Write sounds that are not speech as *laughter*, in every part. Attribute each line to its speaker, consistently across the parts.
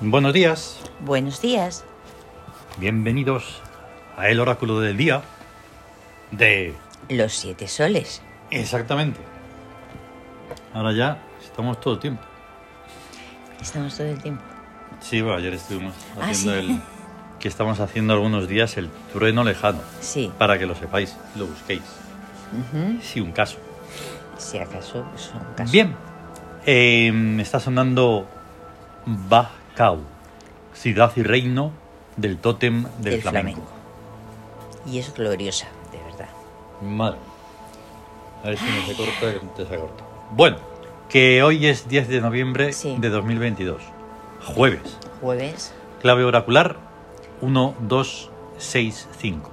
Speaker 1: Buenos días,
Speaker 2: Buenos días.
Speaker 1: bienvenidos a el oráculo del día de...
Speaker 2: Los siete soles.
Speaker 1: Exactamente. Ahora ya estamos todo el tiempo.
Speaker 2: Estamos todo el tiempo.
Speaker 1: Sí, bueno, ayer estuvimos haciendo
Speaker 2: Ah, sí.
Speaker 1: el... que estamos haciendo algunos días el trueno lejano.
Speaker 2: Sí.
Speaker 1: Para que lo sepáis, lo busquéis.
Speaker 2: Ujú.
Speaker 1: Sí, un caso.
Speaker 2: Si acaso es un caso.
Speaker 1: Bien, eh, me está sonando Bacau, ciudad y reino del tótem del,
Speaker 2: del
Speaker 1: flamenco.
Speaker 2: flamenco. Y es gloriosa, de verdad.
Speaker 1: Madre. A ver si no se corta, que no te se corta. Bueno, que hoy es 10 de noviembre
Speaker 2: Sí.
Speaker 1: de 2022, jueves.
Speaker 2: Jueves,
Speaker 1: Clave oracular 1265.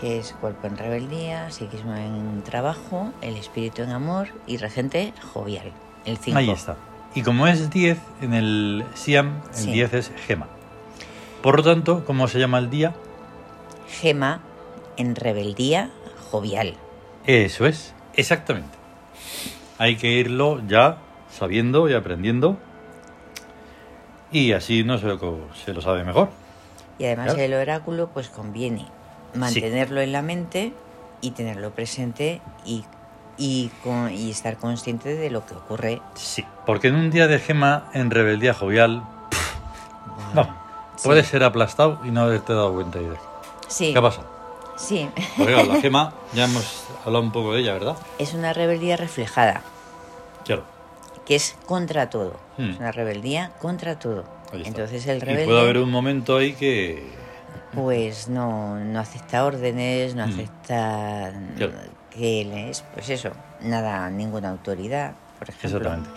Speaker 2: que es cuerpo en rebeldía, psiquismo en trabajo, el espíritu en amor y regente jovial. El 5.
Speaker 1: Ahí está. Y como es 10 en el Siam, el
Speaker 2: Sí.
Speaker 1: 10 es gema. Por lo tanto, ¿cómo se llama el día?
Speaker 2: Gema en rebeldía jovial.
Speaker 1: Eso es, exactamente. Hay que irlo ya sabiendo y aprendiendo. Y así no se lo, co- se lo sabe mejor.
Speaker 2: Y además
Speaker 1: Claro.
Speaker 2: el oráculo pues conviene mantenerlo en la mente y tenerlo presente y, y, con- y estar consciente de lo que ocurre.
Speaker 1: Sí, porque en un día de gema en rebeldía jovial, no, puedes ser aplastado y no haberte dado cuenta. Y de-
Speaker 2: Sí,
Speaker 1: ¿Qué pasa?
Speaker 2: sí.
Speaker 1: Oiga, la gema, ya hemos hablado un poco de ella, ¿verdad?
Speaker 2: Es una rebeldía reflejada,
Speaker 1: Claro.
Speaker 2: que es contra todo.
Speaker 1: Hmm.
Speaker 2: Es una rebeldía contra todo.
Speaker 1: ahí está.
Speaker 2: Entonces el
Speaker 1: Y puede haber
Speaker 2: rebelde
Speaker 1: un momento ahí que...
Speaker 2: pues no, no acepta órdenes, no
Speaker 1: Hmm.
Speaker 2: acepta mm,
Speaker 1: Claro.
Speaker 2: que él es, pues eso, nada, ninguna autoridad, por ejemplo.
Speaker 1: Exactamente.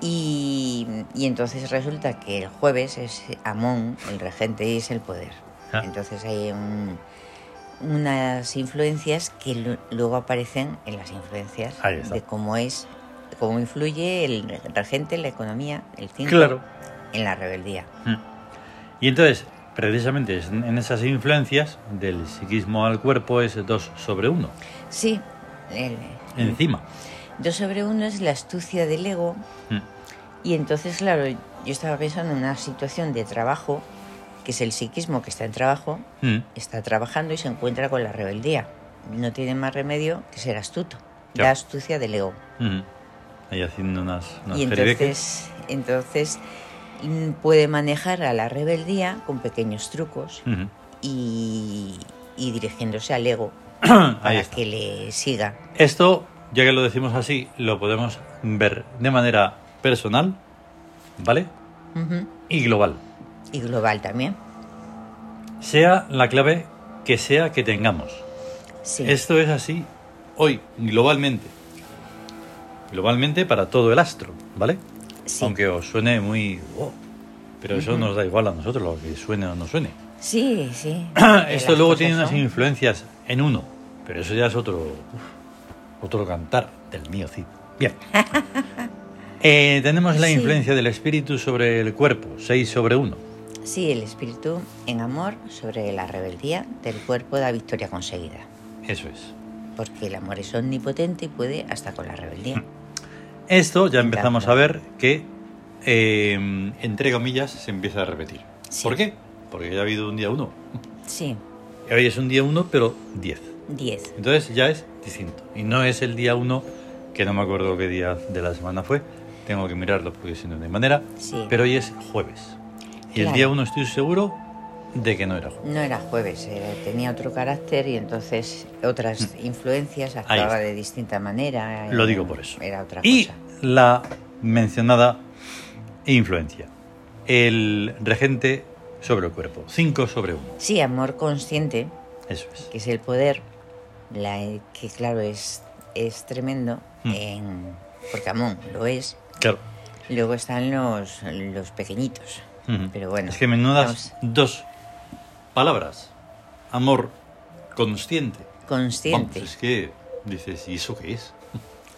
Speaker 2: Y, y entonces resulta que el jueves es Amón, el regente, y es el poder.
Speaker 1: Ah.
Speaker 2: Entonces hay un- unas influencias que lu- luego aparecen en las influencias
Speaker 1: Ahí está.
Speaker 2: de cómo es, cómo influye el regente, la economía, el cinco,
Speaker 1: Claro.
Speaker 2: en la rebeldía.
Speaker 1: Y entonces, precisamente es- en esas influencias del psiquismo al cuerpo es 2 sobre 1,
Speaker 2: Sí, el
Speaker 1: encima.
Speaker 2: dos sobre uno es la astucia del ego,
Speaker 1: Mm.
Speaker 2: Y entonces, claro, yo estaba pensando en una situación de trabajo, que es el psiquismo que está en trabajo,
Speaker 1: Mm.
Speaker 2: está trabajando y se encuentra con la rebeldía. No tiene más remedio que ser astuto.
Speaker 1: Ya.
Speaker 2: La astucia del ego.
Speaker 1: Mm. Ahí haciendo unas, unas
Speaker 2: y
Speaker 1: jeribeques.
Speaker 2: entonces, entonces mm, puede manejar a la rebeldía con pequeños trucos
Speaker 1: Mm.
Speaker 2: y, y dirigiéndose al ego
Speaker 1: Mm, *clears throat* Ahí
Speaker 2: para
Speaker 1: está.
Speaker 2: que le siga.
Speaker 1: Esto, ya que lo decimos así, lo podemos ver de manera personal, ¿vale?
Speaker 2: Ujú.
Speaker 1: Y global.
Speaker 2: Y global también.
Speaker 1: Sea la clave que sea que tengamos.
Speaker 2: Sí.
Speaker 1: Esto es así hoy, globalmente. Globalmente para todo el astro, ¿vale?
Speaker 2: sí.
Speaker 1: Aunque os suene muy... "Oh", pero eso nos da igual a nosotros, lo que suene o no suene.
Speaker 2: sí,
Speaker 1: *clears throat*
Speaker 2: sí.
Speaker 1: *coughs*
Speaker 2: Que
Speaker 1: Esto
Speaker 2: las
Speaker 1: luego
Speaker 2: cosas
Speaker 1: tiene unas
Speaker 2: son-
Speaker 1: influencias en uno, pero eso ya es otro, uf, otro cantar del mío Cid.
Speaker 2: *laughs*
Speaker 1: Bien. Eh, tenemos la
Speaker 2: Sí.
Speaker 1: influencia del espíritu sobre el cuerpo, 6 sobre 1.
Speaker 2: Sí, el espíritu en amor sobre la rebeldía del cuerpo da victoria conseguida.
Speaker 1: Eso es.
Speaker 2: Porque el amor es omnipotente y puede hasta con la rebeldía.
Speaker 1: Mm. Esto ya empezamos a
Speaker 2: Claro.
Speaker 1: ver que, eh, entre comillas, se empieza a repetir.
Speaker 2: Sí.
Speaker 1: ¿Por qué? Porque ya ha habido un día 1.
Speaker 2: Sí,
Speaker 1: Hoy es un día 1, pero 10.
Speaker 2: 10.
Speaker 1: Entonces ya es distinto. Y no es el día 1, que no me acuerdo qué día de la semana fue. Tengo que mirarlo porque si no, no hay manera.
Speaker 2: Sí.
Speaker 1: Pero hoy es jueves. Y el
Speaker 2: Claro.
Speaker 1: día 1 estoy seguro de que no era jueves.
Speaker 2: No era jueves, era- tenía otro carácter y entonces otras influencias actuaba
Speaker 1: Mm. está.
Speaker 2: de distinta manera.
Speaker 1: Lo
Speaker 2: era-
Speaker 1: digo por eso.
Speaker 2: Era otra
Speaker 1: Y
Speaker 2: cosa.
Speaker 1: la mencionada influencia. El regente sobre el cuerpo. 5 sobre 1.
Speaker 2: Sí, amor consciente,
Speaker 1: Eso es.
Speaker 2: que es el poder, la, eh, que claro es, es tremendo,
Speaker 1: Mm.
Speaker 2: en- porque Amón lo es.
Speaker 1: Claro.
Speaker 2: Luego están los, los pequeñitos.
Speaker 1: Ujú.
Speaker 2: Pero bueno,
Speaker 1: Es que menudas dos palabras. Amor consciente. Vamos,
Speaker 2: Consciente.
Speaker 1: es que dices, ¿y eso qué es?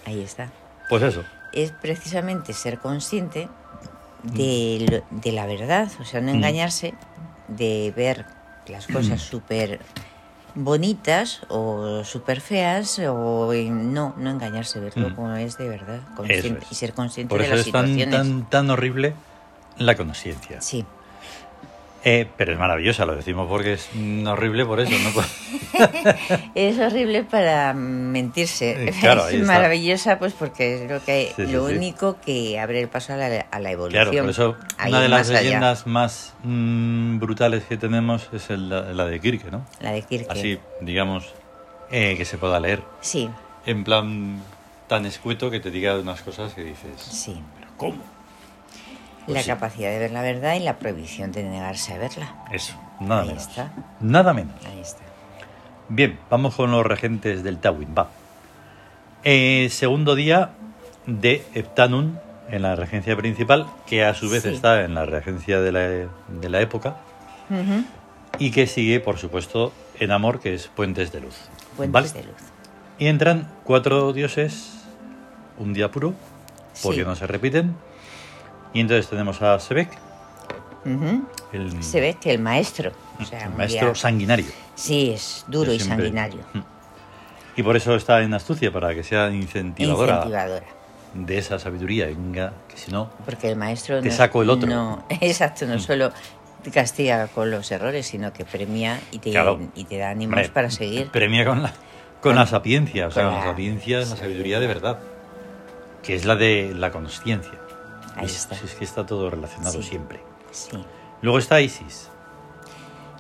Speaker 2: Ahí está.
Speaker 1: Pues eso.
Speaker 2: Es precisamente ser consciente de, lo- de la verdad, o sea, no
Speaker 1: Mm.
Speaker 2: engañarse, de ver las cosas súper bonitas o súper feas o eh, no, no engañarse, verlo
Speaker 1: Mm.
Speaker 2: como es de verdad, consciente,
Speaker 1: es.
Speaker 2: y ser consciente
Speaker 1: Por
Speaker 2: de
Speaker 1: eso
Speaker 2: las
Speaker 1: es tan,
Speaker 2: situaciones.
Speaker 1: tan, tan horrible la conciencia.
Speaker 2: Sí.
Speaker 1: Eh, pero es maravillosa, lo decimos porque es mm, horrible por eso, ¿no?
Speaker 2: *laughs* Es horrible para mentirse. *laughs*
Speaker 1: Eh, claro, ahí
Speaker 2: es
Speaker 1: está.
Speaker 2: maravillosa, pues porque es lo que
Speaker 1: Sí, sí,
Speaker 2: lo
Speaker 1: sí.
Speaker 2: único que abre el paso a la, a la evolución.
Speaker 1: Claro, por eso
Speaker 2: a
Speaker 1: una
Speaker 2: ir
Speaker 1: de las
Speaker 2: más allá.
Speaker 1: leyendas más mm, brutales que tenemos es el- la de Kirke, ¿no?
Speaker 2: La de Kierkegaard.
Speaker 1: Así, digamos, eh, que se pueda leer.
Speaker 2: Sí,
Speaker 1: En plan tan escueto que te diga unas cosas que dices,
Speaker 2: sí.
Speaker 1: ¿pero cómo? Pues
Speaker 2: la
Speaker 1: sí.
Speaker 2: capacidad de ver la verdad y la prohibición de negarse a verla.
Speaker 1: Eso, nada
Speaker 2: Ahí
Speaker 1: menos.
Speaker 2: está.
Speaker 1: Nada menos.
Speaker 2: Ahí está.
Speaker 1: Bien, vamos con los regentes del Tawin, va. Eh, segundo día de Heptanum en la regencia principal, que a su vez
Speaker 2: Sí.
Speaker 1: está en la regencia de la, de la época,
Speaker 2: Ujú.
Speaker 1: y que sigue, por supuesto, en Amor, que es Puentes de Luz.
Speaker 2: Puentes
Speaker 1: ¿vale?
Speaker 2: de luz.
Speaker 1: Y entran cuatro dioses, un día puro, porque
Speaker 2: Sí.
Speaker 1: no se repiten. Y entonces tenemos a Sebek,
Speaker 2: Ujú.
Speaker 1: el,
Speaker 2: Se ve que el maestro. o sea,
Speaker 1: el
Speaker 2: un
Speaker 1: maestro
Speaker 2: día-
Speaker 1: sanguinario.
Speaker 2: Sí, es duro
Speaker 1: Yo
Speaker 2: y
Speaker 1: siempre- Mm.
Speaker 2: sanguinario.
Speaker 1: Y por eso está en Astucia, para que sea incentivadora
Speaker 2: Incentivadora.
Speaker 1: de esa sabiduría. Venga, que si no,
Speaker 2: Porque el maestro.
Speaker 1: Te
Speaker 2: no-
Speaker 1: saco el otro. Mm.
Speaker 2: no- *laughs* exacto, no solo te castiga con los errores, sino que premia y te,
Speaker 1: Claro.
Speaker 2: y te da ánimos
Speaker 1: Hombre,
Speaker 2: para seguir.
Speaker 1: Premia con la, con la sapiencia, o sea,
Speaker 2: Con
Speaker 1: la
Speaker 2: la-
Speaker 1: sapiencia es la sabiduría de verdad, que es la de la consciencia.
Speaker 2: Ahí
Speaker 1: Es-
Speaker 2: está.
Speaker 1: Es que está todo relacionado
Speaker 2: Sí.
Speaker 1: siempre.
Speaker 2: Sí.
Speaker 1: Luego está Isis.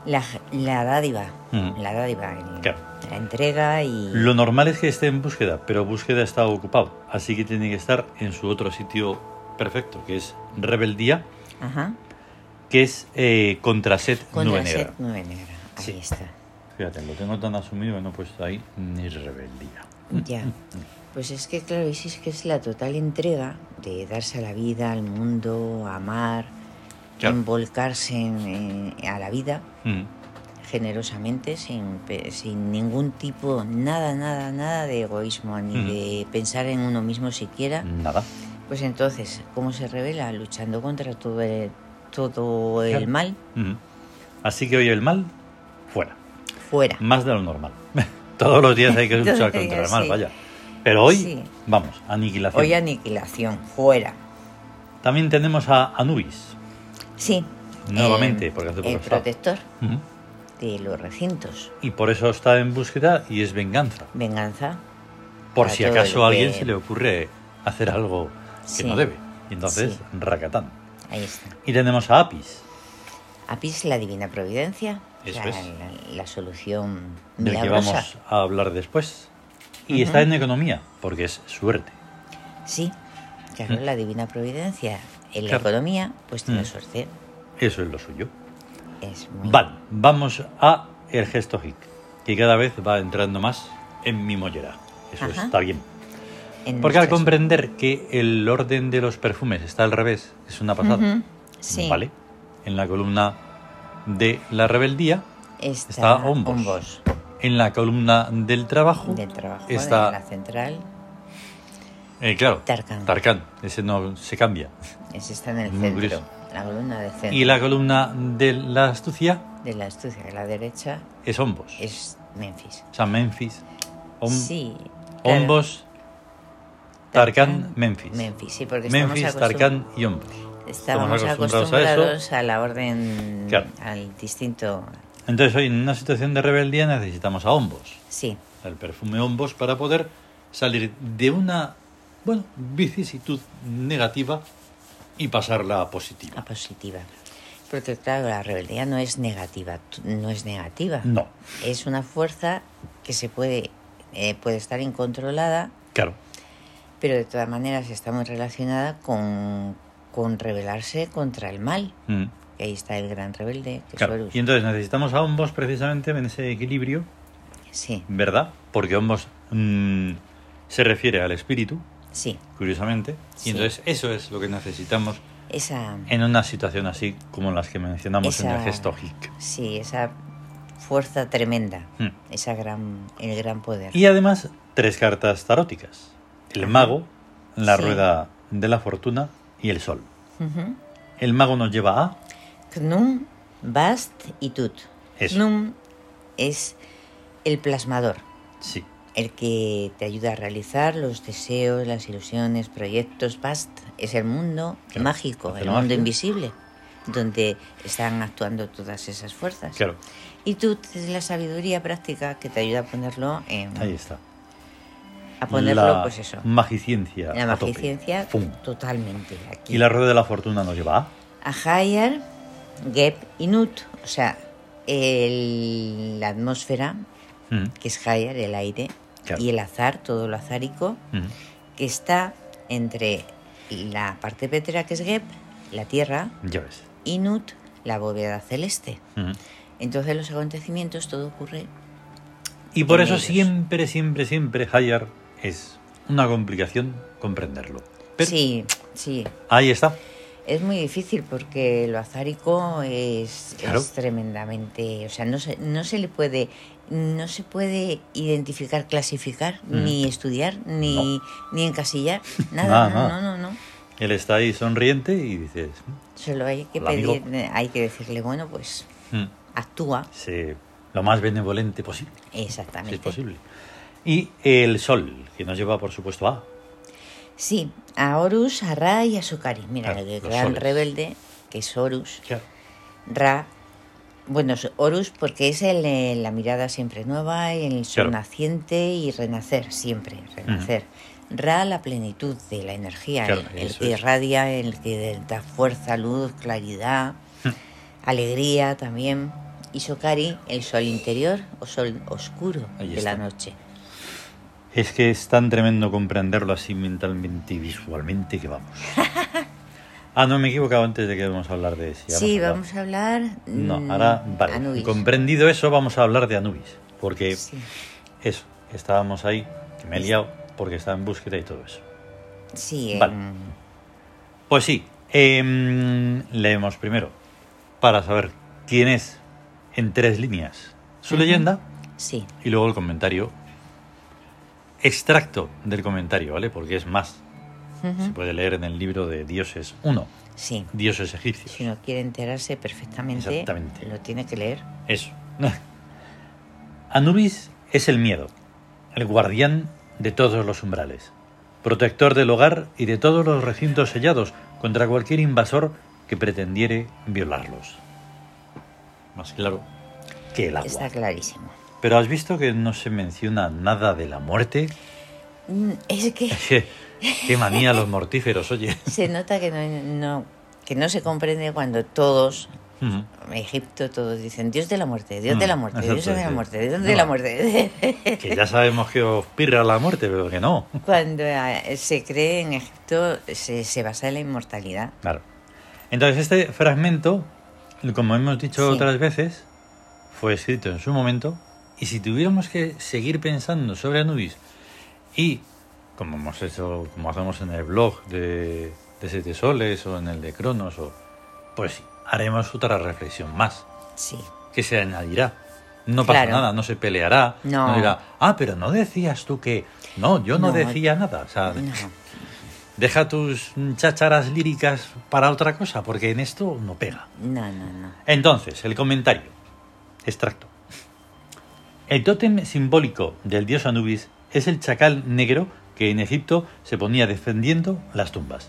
Speaker 2: La, la dádiva.
Speaker 1: Ujú.
Speaker 2: La dádiva. el-
Speaker 1: Mm. Claro.
Speaker 2: La entrega y.
Speaker 1: Lo normal es que esté en búsqueda, pero búsqueda está ocupado, así que tiene que estar en su otro sitio perfecto, que es rebeldía,
Speaker 2: Ajá.
Speaker 1: que es eh, contra Set
Speaker 2: Contra
Speaker 1: Nube Negra.
Speaker 2: Set, Nube Negra. Ahí
Speaker 1: Sí.
Speaker 2: está.
Speaker 1: Fíjate, lo tengo tan asumido que no he puesto ahí ni rebeldía.
Speaker 2: Ya.
Speaker 1: Mm,
Speaker 2: Pues es que, claro, Isis que es la total entrega de darse a la vida, al mundo, a amar,
Speaker 1: Claro.
Speaker 2: envolcarse en- en- a la vida
Speaker 1: Mm.
Speaker 2: generosamente, sin, pe- sin ningún tipo, nada, nada, nada de egoísmo, ni
Speaker 1: Ujú.
Speaker 2: de pensar en uno mismo siquiera.
Speaker 1: Nada.
Speaker 2: Pues entonces, ¿cómo se revela? Luchando contra todo el, todo el
Speaker 1: Claro.
Speaker 2: mal,
Speaker 1: Mm. Así que hoy el mal, fuera.
Speaker 2: fuera.
Speaker 1: Más de lo normal. *laughs* Todos los días
Speaker 2: *laughs*
Speaker 1: hay que
Speaker 2: Todos
Speaker 1: luchar
Speaker 2: los
Speaker 1: contra el
Speaker 2: días,
Speaker 1: mal,
Speaker 2: sí.
Speaker 1: vaya. Pero hoy,
Speaker 2: Sí.
Speaker 1: vamos, aniquilación.
Speaker 2: Hoy aniquilación, fuera.
Speaker 1: También tenemos a Anubis.
Speaker 2: Sí.
Speaker 1: Nuevamente,
Speaker 2: el-
Speaker 1: porque hace poco
Speaker 2: El
Speaker 1: estaba.
Speaker 2: protector
Speaker 1: Ujú.
Speaker 2: de los recintos.
Speaker 1: Y por eso está en búsqueda y es venganza.
Speaker 2: Venganza.
Speaker 1: Por
Speaker 2: Para
Speaker 1: si
Speaker 2: todo
Speaker 1: acaso
Speaker 2: el
Speaker 1: a alguien
Speaker 2: que-
Speaker 1: se le ocurre hacer algo que
Speaker 2: Sí.
Speaker 1: no debe. Y entonces,
Speaker 2: Sí.
Speaker 1: racatán.
Speaker 2: Ahí está.
Speaker 1: Y tenemos a Apis.
Speaker 2: Apis, la divina providencia.
Speaker 1: Eso
Speaker 2: la,
Speaker 1: es.
Speaker 2: la- la solución
Speaker 1: del que
Speaker 2: milagrosa.
Speaker 1: vamos a hablar después. Y
Speaker 2: Ujú.
Speaker 1: está en economía, porque es suerte.
Speaker 2: Sí, claro,
Speaker 1: Mm.
Speaker 2: la divina providencia en la
Speaker 1: Claro.
Speaker 2: economía, pues tiene
Speaker 1: Mm.
Speaker 2: suerte.
Speaker 1: Eso es lo suyo.
Speaker 2: Es muy...
Speaker 1: Vale, vamos a el gesto hic, que cada vez va entrando más en mi mollera. Eso
Speaker 2: Ajá.
Speaker 1: está bien.
Speaker 2: en
Speaker 1: Porque al
Speaker 2: nuestras-
Speaker 1: comprender que el orden de los perfumes está al revés, es una pasada.
Speaker 2: Ujú, Sí.
Speaker 1: ¿Vale? En la columna de la rebeldía,
Speaker 2: Está,
Speaker 1: Está Hombos.
Speaker 2: Hombos,
Speaker 1: en la columna del trabajo,
Speaker 2: del trabajo
Speaker 1: Está-
Speaker 2: de la central.
Speaker 1: eh, claro,
Speaker 2: Tarkan.
Speaker 1: ese no se cambia.
Speaker 2: Ese está en el
Speaker 1: Muy
Speaker 2: centro.
Speaker 1: grueso.
Speaker 2: La columna del centro.
Speaker 1: Mm, Y la columna de la astucia
Speaker 2: De la astucia, que la derecha
Speaker 1: es hombos.
Speaker 2: es Memphis.
Speaker 1: O sea, Memphis, Hom-
Speaker 2: sí. claro.
Speaker 1: Hombos, Tarkan, Memphis.
Speaker 2: Memphis, sí, porque
Speaker 1: Memphis,
Speaker 2: estamos acostum-
Speaker 1: Tarkan y Hombos.
Speaker 2: Estábamos
Speaker 1: Estamos acostumbrados a
Speaker 2: acostumbrados a, la orden,
Speaker 1: Claro.
Speaker 2: al distinto.
Speaker 1: Entonces hoy en una situación de rebeldía necesitamos a Hombos,
Speaker 2: Sí,
Speaker 1: el perfume Hombos, para poder salir de una bueno, vicisitud negativa y pasarla a
Speaker 2: a
Speaker 1: positiva.
Speaker 2: positiva. Porque claro, la rebeldía no es negativa, t- no es negativa.
Speaker 1: No,
Speaker 2: Es una fuerza que se puede, eh, puede estar incontrolada,
Speaker 1: claro.
Speaker 2: pero de todas maneras está muy relacionada con, con rebelarse contra el mal.
Speaker 1: Mm,
Speaker 2: Que ahí está el gran rebelde, que
Speaker 1: claro.
Speaker 2: es Horus.
Speaker 1: Y entonces necesitamos a Hombos precisamente en ese equilibrio,
Speaker 2: Sí,
Speaker 1: ¿verdad? Porque Hombos mm, se refiere al espíritu,
Speaker 2: sí.
Speaker 1: curiosamente. Y
Speaker 2: Sí.
Speaker 1: entonces eso es lo que necesitamos
Speaker 2: Esa,
Speaker 1: en una situación así como las que mencionamos en el
Speaker 2: Esa-
Speaker 1: gesto hic.
Speaker 2: sí, esa fuerza tremenda.
Speaker 1: Mm.
Speaker 2: Esa gran, el gran poder.
Speaker 1: Y además, tres cartas taróticas. El mago, la
Speaker 2: Sí.
Speaker 1: rueda de la fortuna y el sol.
Speaker 2: Ujú.
Speaker 1: El mago nos lleva a...
Speaker 2: Knum, Bast y Tut.
Speaker 1: Eso.
Speaker 2: Knum es el plasmador,
Speaker 1: Sí.
Speaker 2: el que te ayuda a realizar los deseos, las ilusiones, proyectos, past, es el mundo
Speaker 1: Claro,
Speaker 2: mágico,
Speaker 1: es
Speaker 2: el
Speaker 1: lo
Speaker 2: mundo
Speaker 1: mágico.
Speaker 2: invisible, donde están actuando todas esas fuerzas.
Speaker 1: Claro,
Speaker 2: Y tú tienes la sabiduría práctica que te ayuda a ponerlo en,
Speaker 1: ahí está.
Speaker 2: a ponerlo
Speaker 1: la
Speaker 2: pues eso.
Speaker 1: Magiciencia.
Speaker 2: La
Speaker 1: a tope.
Speaker 2: magiciencia
Speaker 1: Fum.
Speaker 2: totalmente aquí.
Speaker 1: Y la rueda de la fortuna nos lleva a.
Speaker 2: a Hayar, Geb y Nut. O sea, el- la atmósfera,
Speaker 1: Mm,
Speaker 2: que es Hayar, el aire,
Speaker 1: Claro.
Speaker 2: y el azar, todo lo azárico,
Speaker 1: mm,
Speaker 2: que está entre la parte pétrea, que es Geb, la tierra,
Speaker 1: Ya ves.
Speaker 2: y Nut, la bóveda celeste.
Speaker 1: Mm.
Speaker 2: Entonces, los acontecimientos, todo ocurre.
Speaker 1: Y por
Speaker 2: En
Speaker 1: eso
Speaker 2: ellos.
Speaker 1: siempre, siempre, siempre Hayar es una complicación comprenderlo. Pero
Speaker 2: Sí, sí.
Speaker 1: ahí está.
Speaker 2: Es muy difícil porque lo azárico es,
Speaker 1: Claro.
Speaker 2: es tremendamente, o sea, no se, no se le puede, no se puede identificar, clasificar,
Speaker 1: Mm.
Speaker 2: ni estudiar, ni, ni
Speaker 1: *laughs*
Speaker 2: encasillar,
Speaker 1: Nada,
Speaker 2: nada, no,
Speaker 1: nada.
Speaker 2: no, no, no.
Speaker 1: Él está ahí sonriente y dices.
Speaker 2: Solo hay que
Speaker 1: Hola, amigo.
Speaker 2: pedir, eh, hay que decirle, bueno, pues
Speaker 1: mm,
Speaker 2: actúa,
Speaker 1: sí, lo más benevolente posible, si
Speaker 2: exactamente.
Speaker 1: es posible. Y el sol, que nos lleva, por supuesto, a.
Speaker 2: Sí, a Horus, a Ra y a Sokari. Mira,
Speaker 1: Claro,
Speaker 2: el
Speaker 1: los
Speaker 2: gran
Speaker 1: soles.
Speaker 2: rebelde, que es Horus,
Speaker 1: Claro.
Speaker 2: Ra. Bueno, es Horus porque es el, eh, la mirada siempre nueva, el sol
Speaker 1: Claro.
Speaker 2: naciente y renacer, siempre, renacer. Ra, la plenitud de la energía,
Speaker 1: Claro,
Speaker 2: el, el
Speaker 1: eso
Speaker 2: que
Speaker 1: es.
Speaker 2: irradia, el que da fuerza, luz, claridad,
Speaker 1: Hm.
Speaker 2: alegría también. Y Sokari, el sol interior o sol oscuro
Speaker 1: Ahí
Speaker 2: de la
Speaker 1: está.
Speaker 2: noche.
Speaker 1: Es que es tan tremendo comprenderlo así mentalmente y visualmente que
Speaker 2: *laughs*
Speaker 1: vamos. Ah, no, me he equivocado antes de que vamos a hablar de si
Speaker 2: sí,
Speaker 1: hablar-
Speaker 2: vamos a hablar. mm,
Speaker 1: No, ahora, vale.
Speaker 2: Anubis.
Speaker 1: Comprendido eso, vamos a hablar de Anubis. Porque
Speaker 2: Sí.
Speaker 1: eso, estábamos ahí, que me he liado, porque estaba en búsqueda y todo eso.
Speaker 2: Sí,
Speaker 1: Vale.
Speaker 2: em,
Speaker 1: Pues sí, em, leemos primero, para saber quién es, en tres líneas, su
Speaker 2: Ujú.
Speaker 1: leyenda
Speaker 2: sí,
Speaker 1: y luego el comentario. Extracto del comentario, ¿vale? Porque es más.
Speaker 2: Ujú.
Speaker 1: Se puede leer en el libro de Dioses 1,
Speaker 2: sí.
Speaker 1: Dioses egipcios.
Speaker 2: Si uno quiere enterarse perfectamente,
Speaker 1: Exactamente.
Speaker 2: lo tiene que leer.
Speaker 1: Eso. *laughs* Anubis es el miedo, el guardián de todos los umbrales, protector del hogar y de todos los recintos sellados contra cualquier invasor que pretendiere violarlos. Más claro que el agua.
Speaker 2: Está clarísimo.
Speaker 1: Pero has visto que no se menciona nada de la muerte. *laughs*
Speaker 2: Mm, Es que
Speaker 1: Qué manía los mortíferos, oye.
Speaker 2: *laughs*
Speaker 1: *laughs*
Speaker 2: se nota que no, no- que no se comprende cuando todos,
Speaker 1: Mm.
Speaker 2: Egipto, todos dicen Dios de la muerte, Dios
Speaker 1: Mm,
Speaker 2: de la muerte, Dios
Speaker 1: exacto,
Speaker 2: de la
Speaker 1: sí.
Speaker 2: muerte, Dios
Speaker 1: No.
Speaker 2: de la muerte. *laughs*
Speaker 1: Que ya sabemos que os pirra la muerte, pero que no.
Speaker 2: Cuando eh, se cree en Egipto, se, se basa en la inmortalidad.
Speaker 1: Claro. Entonces, este fragmento, como hemos dicho
Speaker 2: Sí.
Speaker 1: otras veces, fue escrito en su momento. Y si tuviéramos que seguir pensando sobre Anubis y, como hemos hecho, como hacemos en el blog de, de Siete Soles o en el de Cronos, o, pues haremos otra reflexión más,
Speaker 2: Sí,
Speaker 1: que se añadirá. No pasa
Speaker 2: Claro.
Speaker 1: nada, no se peleará.
Speaker 2: No.
Speaker 1: dirá, ah, pero no decías tú que. No, yo no,
Speaker 2: No.
Speaker 1: decía nada. O sea,
Speaker 2: no,
Speaker 1: Deja tus chácharas líricas para otra cosa, porque en esto no pega.
Speaker 2: no, no, no.
Speaker 1: Entonces, el comentario. Extracto. El tótem simbólico del dios Anubis es el chacal negro que en Egipto se ponía defendiendo las tumbas.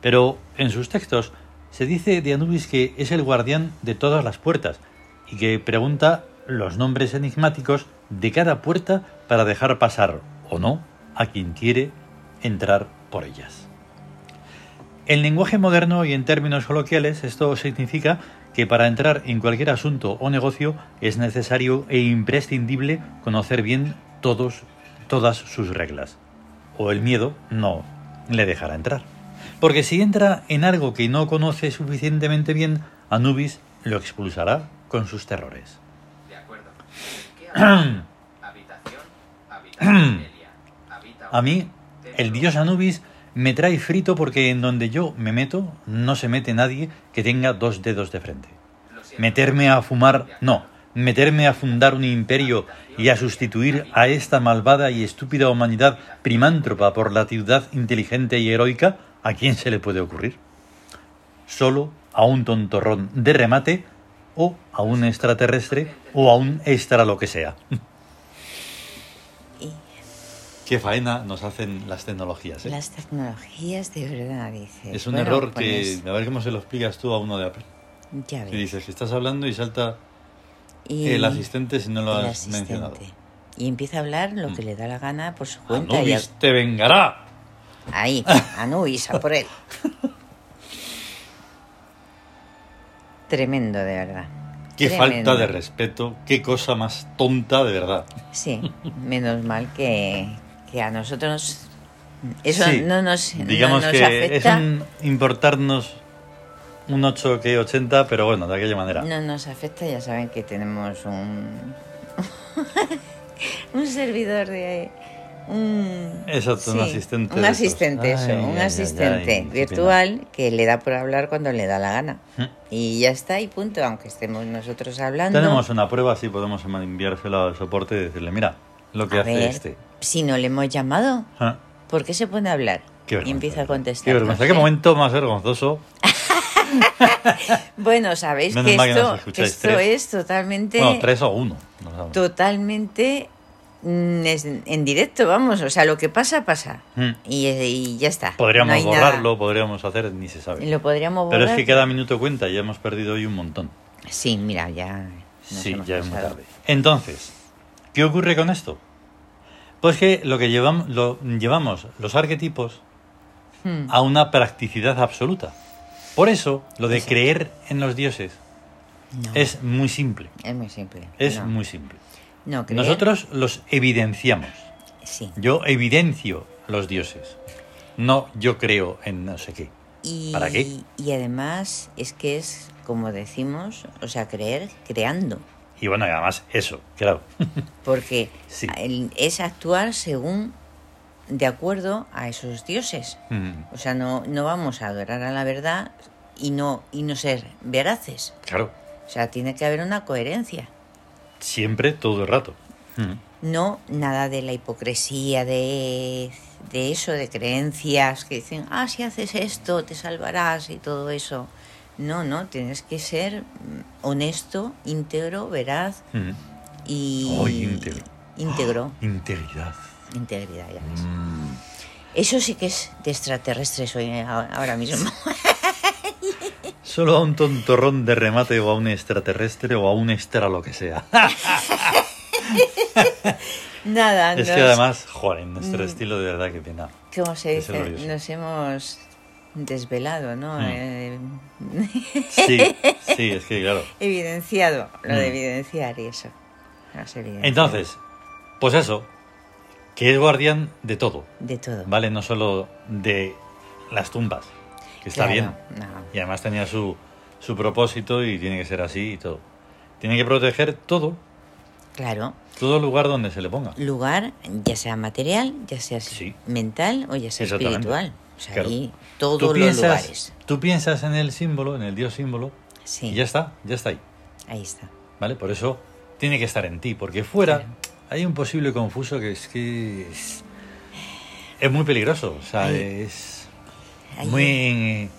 Speaker 1: Pero en sus textos se dice de Anubis que es el guardián de todas las puertas y que pregunta los nombres enigmáticos de cada puerta para dejar pasar o no a quien quiere entrar por ellas. En lenguaje moderno y en términos coloquiales, esto significa que para entrar en cualquier asunto o negocio es necesario e imprescindible conocer bien todos, todas sus reglas. O el miedo no le dejará entrar. Porque si entra en algo que no conoce suficientemente bien, Anubis lo expulsará con sus terrores.
Speaker 3: De acuerdo. ¿Qué habitación?
Speaker 1: *clears throat*
Speaker 3: habitación? Habitación Delia. Habita
Speaker 1: A mí,
Speaker 3: un
Speaker 1: el
Speaker 3: templo.
Speaker 1: dios Anubis me trae frito porque en donde yo me meto no se mete nadie que tenga dos dedos de frente.
Speaker 3: Lo siento.
Speaker 1: meterme a fumar, no, meterme a fundar un imperio y a sustituir a esta malvada y estúpida humanidad primántropa por la ciudad inteligente y heroica, ¿a quién se le puede ocurrir? Solo a un tontorrón de remate o a un extraterrestre o a un extra lo que sea.
Speaker 2: Y
Speaker 1: qué faena nos hacen las tecnologías. ¿eh?
Speaker 2: Las tecnologías de verdad, dices.
Speaker 1: es un
Speaker 2: Bueno, pues
Speaker 1: error que,
Speaker 2: pones-
Speaker 1: a ver cómo se lo explicas tú a uno de Apple.
Speaker 2: Ya
Speaker 1: Si
Speaker 2: ves.
Speaker 1: dices que estás hablando y salta
Speaker 2: Y
Speaker 1: el asistente si no lo
Speaker 2: el
Speaker 1: has
Speaker 2: asistente. Ah,
Speaker 1: mencionado.
Speaker 2: Y empieza a hablar lo que
Speaker 1: Mm.
Speaker 2: le da la gana por su cuenta. y a-
Speaker 1: Anubis te vengará. *laughs*
Speaker 2: Ahí, Anubis, a por él. Tremendo, de verdad.
Speaker 1: Qué
Speaker 2: Tremendo.
Speaker 1: falta de respeto, qué cosa más tonta de verdad.
Speaker 2: Sí, menos mal que, que a nosotros eso
Speaker 1: Sí,
Speaker 2: no nos, no
Speaker 1: Digamos
Speaker 2: nos
Speaker 1: que
Speaker 2: afecta.
Speaker 1: es un importarnos un 8 que 80, pero bueno, de aquella manera.
Speaker 2: No nos afecta, ya saben que tenemos un *laughs* un servidor de un
Speaker 1: Exacto, un asistente
Speaker 2: un
Speaker 1: de esos.
Speaker 2: asistente, eso,
Speaker 1: Ay,
Speaker 2: un
Speaker 1: ay,
Speaker 2: asistente
Speaker 1: ay, qué
Speaker 2: virtual que le da por hablar cuando le da la gana.
Speaker 1: Mm.
Speaker 2: Y ya está, y punto, aunque estemos nosotros hablando.
Speaker 1: Tenemos una prueba, sí podemos enviársela al soporte y decirle, mira, lo que
Speaker 2: a
Speaker 1: hace
Speaker 2: ver,
Speaker 1: este.
Speaker 2: si no le hemos llamado,
Speaker 1: Ah,
Speaker 2: ¿por qué se pone a hablar?
Speaker 1: qué
Speaker 2: y
Speaker 1: vergüenza.
Speaker 2: empieza a contestar.
Speaker 1: Qué vergüenza, qué momento más vergonzoso.
Speaker 2: Bueno, sabéis
Speaker 1: Menos
Speaker 2: que
Speaker 1: mal que nos
Speaker 2: esto,
Speaker 1: escucháis
Speaker 2: esto
Speaker 1: tres.
Speaker 2: es totalmente,
Speaker 1: Bueno, tres o uno. no sabemos.
Speaker 2: totalmente mm, es- en directo, vamos. O sea, lo que pasa, pasa.
Speaker 1: Mm.
Speaker 2: Y, eh, y ya está. No
Speaker 1: Podríamos
Speaker 2: hay nada.
Speaker 1: borrarlo, podríamos hacer, ni se sabe.
Speaker 2: Lo podríamos borrar.
Speaker 1: Pero es que cada minuto cuenta y ya hemos perdido hoy un montón.
Speaker 2: Sí, mira, ya. nos
Speaker 1: Sí,
Speaker 2: hemos
Speaker 1: ya es muy
Speaker 2: pasado.
Speaker 1: tarde. Entonces, ¿qué ocurre con esto? Pues que lo que llevamos, lo, llevamos los arquetipos
Speaker 2: Hmm.
Speaker 1: a una practicidad absoluta. Por eso, lo de
Speaker 2: Exacto.
Speaker 1: creer en los dioses
Speaker 2: No, es,
Speaker 1: es muy simple.
Speaker 2: muy simple.
Speaker 1: Es
Speaker 2: No,
Speaker 1: muy simple.
Speaker 2: no creer,
Speaker 1: Nosotros los evidenciamos.
Speaker 2: Sí.
Speaker 1: Yo evidencio los dioses. No, yo creo en no sé qué.
Speaker 2: Y,
Speaker 1: ¿Para qué?
Speaker 2: Y además es que es, como decimos, o sea, creer creando.
Speaker 1: Y bueno, y además eso, claro. *laughs*
Speaker 2: Porque
Speaker 1: Sí.
Speaker 2: el- es actuar según, de acuerdo a esos dioses.
Speaker 1: Mm,
Speaker 2: O sea, no, no vamos a adorar a la verdad y no, y no ser veraces.
Speaker 1: claro,
Speaker 2: O sea, tiene que haber una coherencia.
Speaker 1: siempre, todo el rato. Mm,
Speaker 2: No nada de la hipocresía, de, de eso, de creencias que dicen, ah, si haces esto, te salvarás y todo eso. No, no, tienes que ser mm, honesto, íntegro, veraz
Speaker 1: mm.
Speaker 2: y...
Speaker 1: Ay, íntegro. *gasps*
Speaker 2: Íntegro,
Speaker 1: Integridad.
Speaker 2: integridad, ya ves.
Speaker 1: Mm.
Speaker 2: Eso sí que es de extraterrestres hoy, ahora
Speaker 1: *laughs*
Speaker 2: ahora mismo.
Speaker 1: Solo a un tontorrón de remate o a un extraterrestre o a un extra lo que sea.
Speaker 2: Ah, Nada,
Speaker 1: es
Speaker 2: no
Speaker 1: que además, joder, en nuestro
Speaker 2: Mm.
Speaker 1: estilo de verdad que
Speaker 2: *laughs*
Speaker 1: pena.
Speaker 2: ¿Cómo se
Speaker 1: Es
Speaker 2: dice?
Speaker 1: glorioso.
Speaker 2: Nos hemos desvelado, ¿no?
Speaker 1: Mm.
Speaker 2: Eh,
Speaker 1: Sí, sí, es que claro.
Speaker 2: evidenciado, lo de
Speaker 1: Mm.
Speaker 2: evidenciar y eso. Nos evidenciamos
Speaker 1: Entonces, pues eso, que es guardián de todo,
Speaker 2: De todo.
Speaker 1: ¿vale? No solo de las tumbas, que está
Speaker 2: Claro,
Speaker 1: bien.
Speaker 2: no.
Speaker 1: Y además tenía su, su propósito y tiene que ser así y todo. Tiene que proteger todo,
Speaker 2: Claro,
Speaker 1: todo lugar donde se le ponga.
Speaker 2: lugar, ya sea material, ya sea
Speaker 1: Sí.
Speaker 2: mental o ya sea
Speaker 1: Exactamente.
Speaker 2: espiritual. O sea,
Speaker 1: Claro.
Speaker 2: ahí todos los lugares.
Speaker 1: tú piensas en el símbolo, en el dios símbolo,
Speaker 2: Sí,
Speaker 1: y ya está, ya está ahí.
Speaker 2: ahí está.
Speaker 1: ¿Vale? Por eso tiene que estar en ti, porque fuera
Speaker 2: Claro.
Speaker 1: hay un posible confuso que es que es, es muy peligroso, o sea,
Speaker 2: Ahí.
Speaker 1: es
Speaker 2: Ahí.
Speaker 1: muy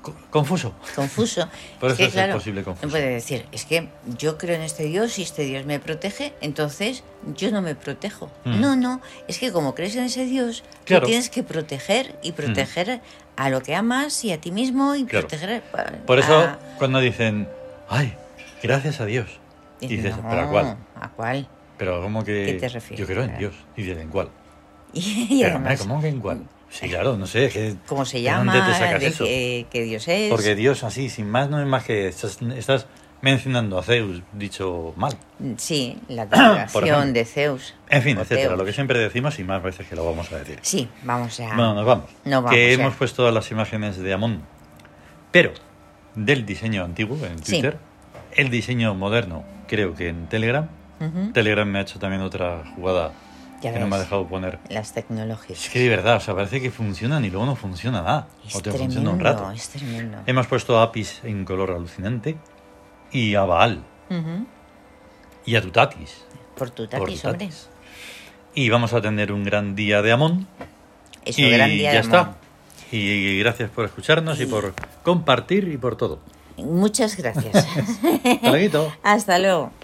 Speaker 1: co- confuso.
Speaker 2: Confuso.
Speaker 1: *laughs* Por
Speaker 2: Es
Speaker 1: eso
Speaker 2: que,
Speaker 1: es el
Speaker 2: claro,
Speaker 1: posible confuso.
Speaker 2: No puede decir, es que yo creo en este Dios y este Dios me protege, entonces yo no me protejo.
Speaker 1: Mm.
Speaker 2: No, no, es que como crees en ese Dios,
Speaker 1: Claro. Mm.
Speaker 2: tú tienes que proteger y proteger a lo que amas y a ti mismo y
Speaker 1: Claro.
Speaker 2: proteger. a-
Speaker 1: Por eso
Speaker 2: a-
Speaker 1: cuando dicen, ay, gracias a Dios, y dices,
Speaker 2: no,
Speaker 1: ¿pero a cuál?
Speaker 2: ¿A cuál? *laughs*
Speaker 1: Pero ¿cómo que
Speaker 2: ¿Qué te refieres?
Speaker 1: yo creo en
Speaker 2: Claro.
Speaker 1: Dios? Y dicen, ¿en cuál?
Speaker 2: Y,
Speaker 1: Pero, hombre,
Speaker 2: además, mm.
Speaker 1: ¿cómo que en cuál? Sí, claro, no sé, es que-
Speaker 2: ¿cómo se
Speaker 1: ¿de
Speaker 2: llama?
Speaker 1: ¿Dónde te sacas
Speaker 2: ¿De
Speaker 1: eso?
Speaker 2: qué, qué Dios es?
Speaker 1: Porque Dios así, sin más, no es más que estás, estás mencionando a Zeus, dicho mal.
Speaker 2: Sí, la
Speaker 1: *clears throat* Por
Speaker 2: declaración
Speaker 1: ejemplo.
Speaker 2: de Zeus.
Speaker 1: En fin,
Speaker 2: o
Speaker 1: etcétera,
Speaker 2: Teos.
Speaker 1: lo que siempre decimos y más veces que lo vamos a decir.
Speaker 2: Sí, vamos a...
Speaker 1: Bueno, nos vamos.
Speaker 2: Nos vamos,
Speaker 1: que
Speaker 2: ya.
Speaker 1: hemos puesto las imágenes de Amon, pero del diseño antiguo en
Speaker 2: Sí.
Speaker 1: Twitter, el diseño moderno creo que en Telegram.
Speaker 2: Ujú.
Speaker 1: Telegram me ha hecho también otra jugada
Speaker 2: Ya
Speaker 1: que no me ha
Speaker 2: ves.
Speaker 1: dejado poner.
Speaker 2: Las tecnologías.
Speaker 1: Es que de verdad, o sea, parece que funcionan y luego no funciona nada.
Speaker 2: Es
Speaker 1: o te funciona
Speaker 2: tremendo,
Speaker 1: un rato. Em,
Speaker 2: es tremendo.
Speaker 1: Hemos puesto Apis en color alucinante y a Baal
Speaker 2: Ujú.
Speaker 1: y a Tutatis.
Speaker 2: Por tu
Speaker 1: por
Speaker 2: tatis, hombre.
Speaker 1: Tutatis. Y vamos a tener un gran día de Amón.
Speaker 2: Es
Speaker 1: y
Speaker 2: un gran día
Speaker 1: ya
Speaker 2: de
Speaker 1: está.
Speaker 2: amor.
Speaker 1: Y gracias por escucharnos y,
Speaker 2: Y- *laughs*
Speaker 1: por compartir y por todo.
Speaker 2: Muchas gracias. *laughs*
Speaker 1: Hasta luego.
Speaker 2: Hasta luego.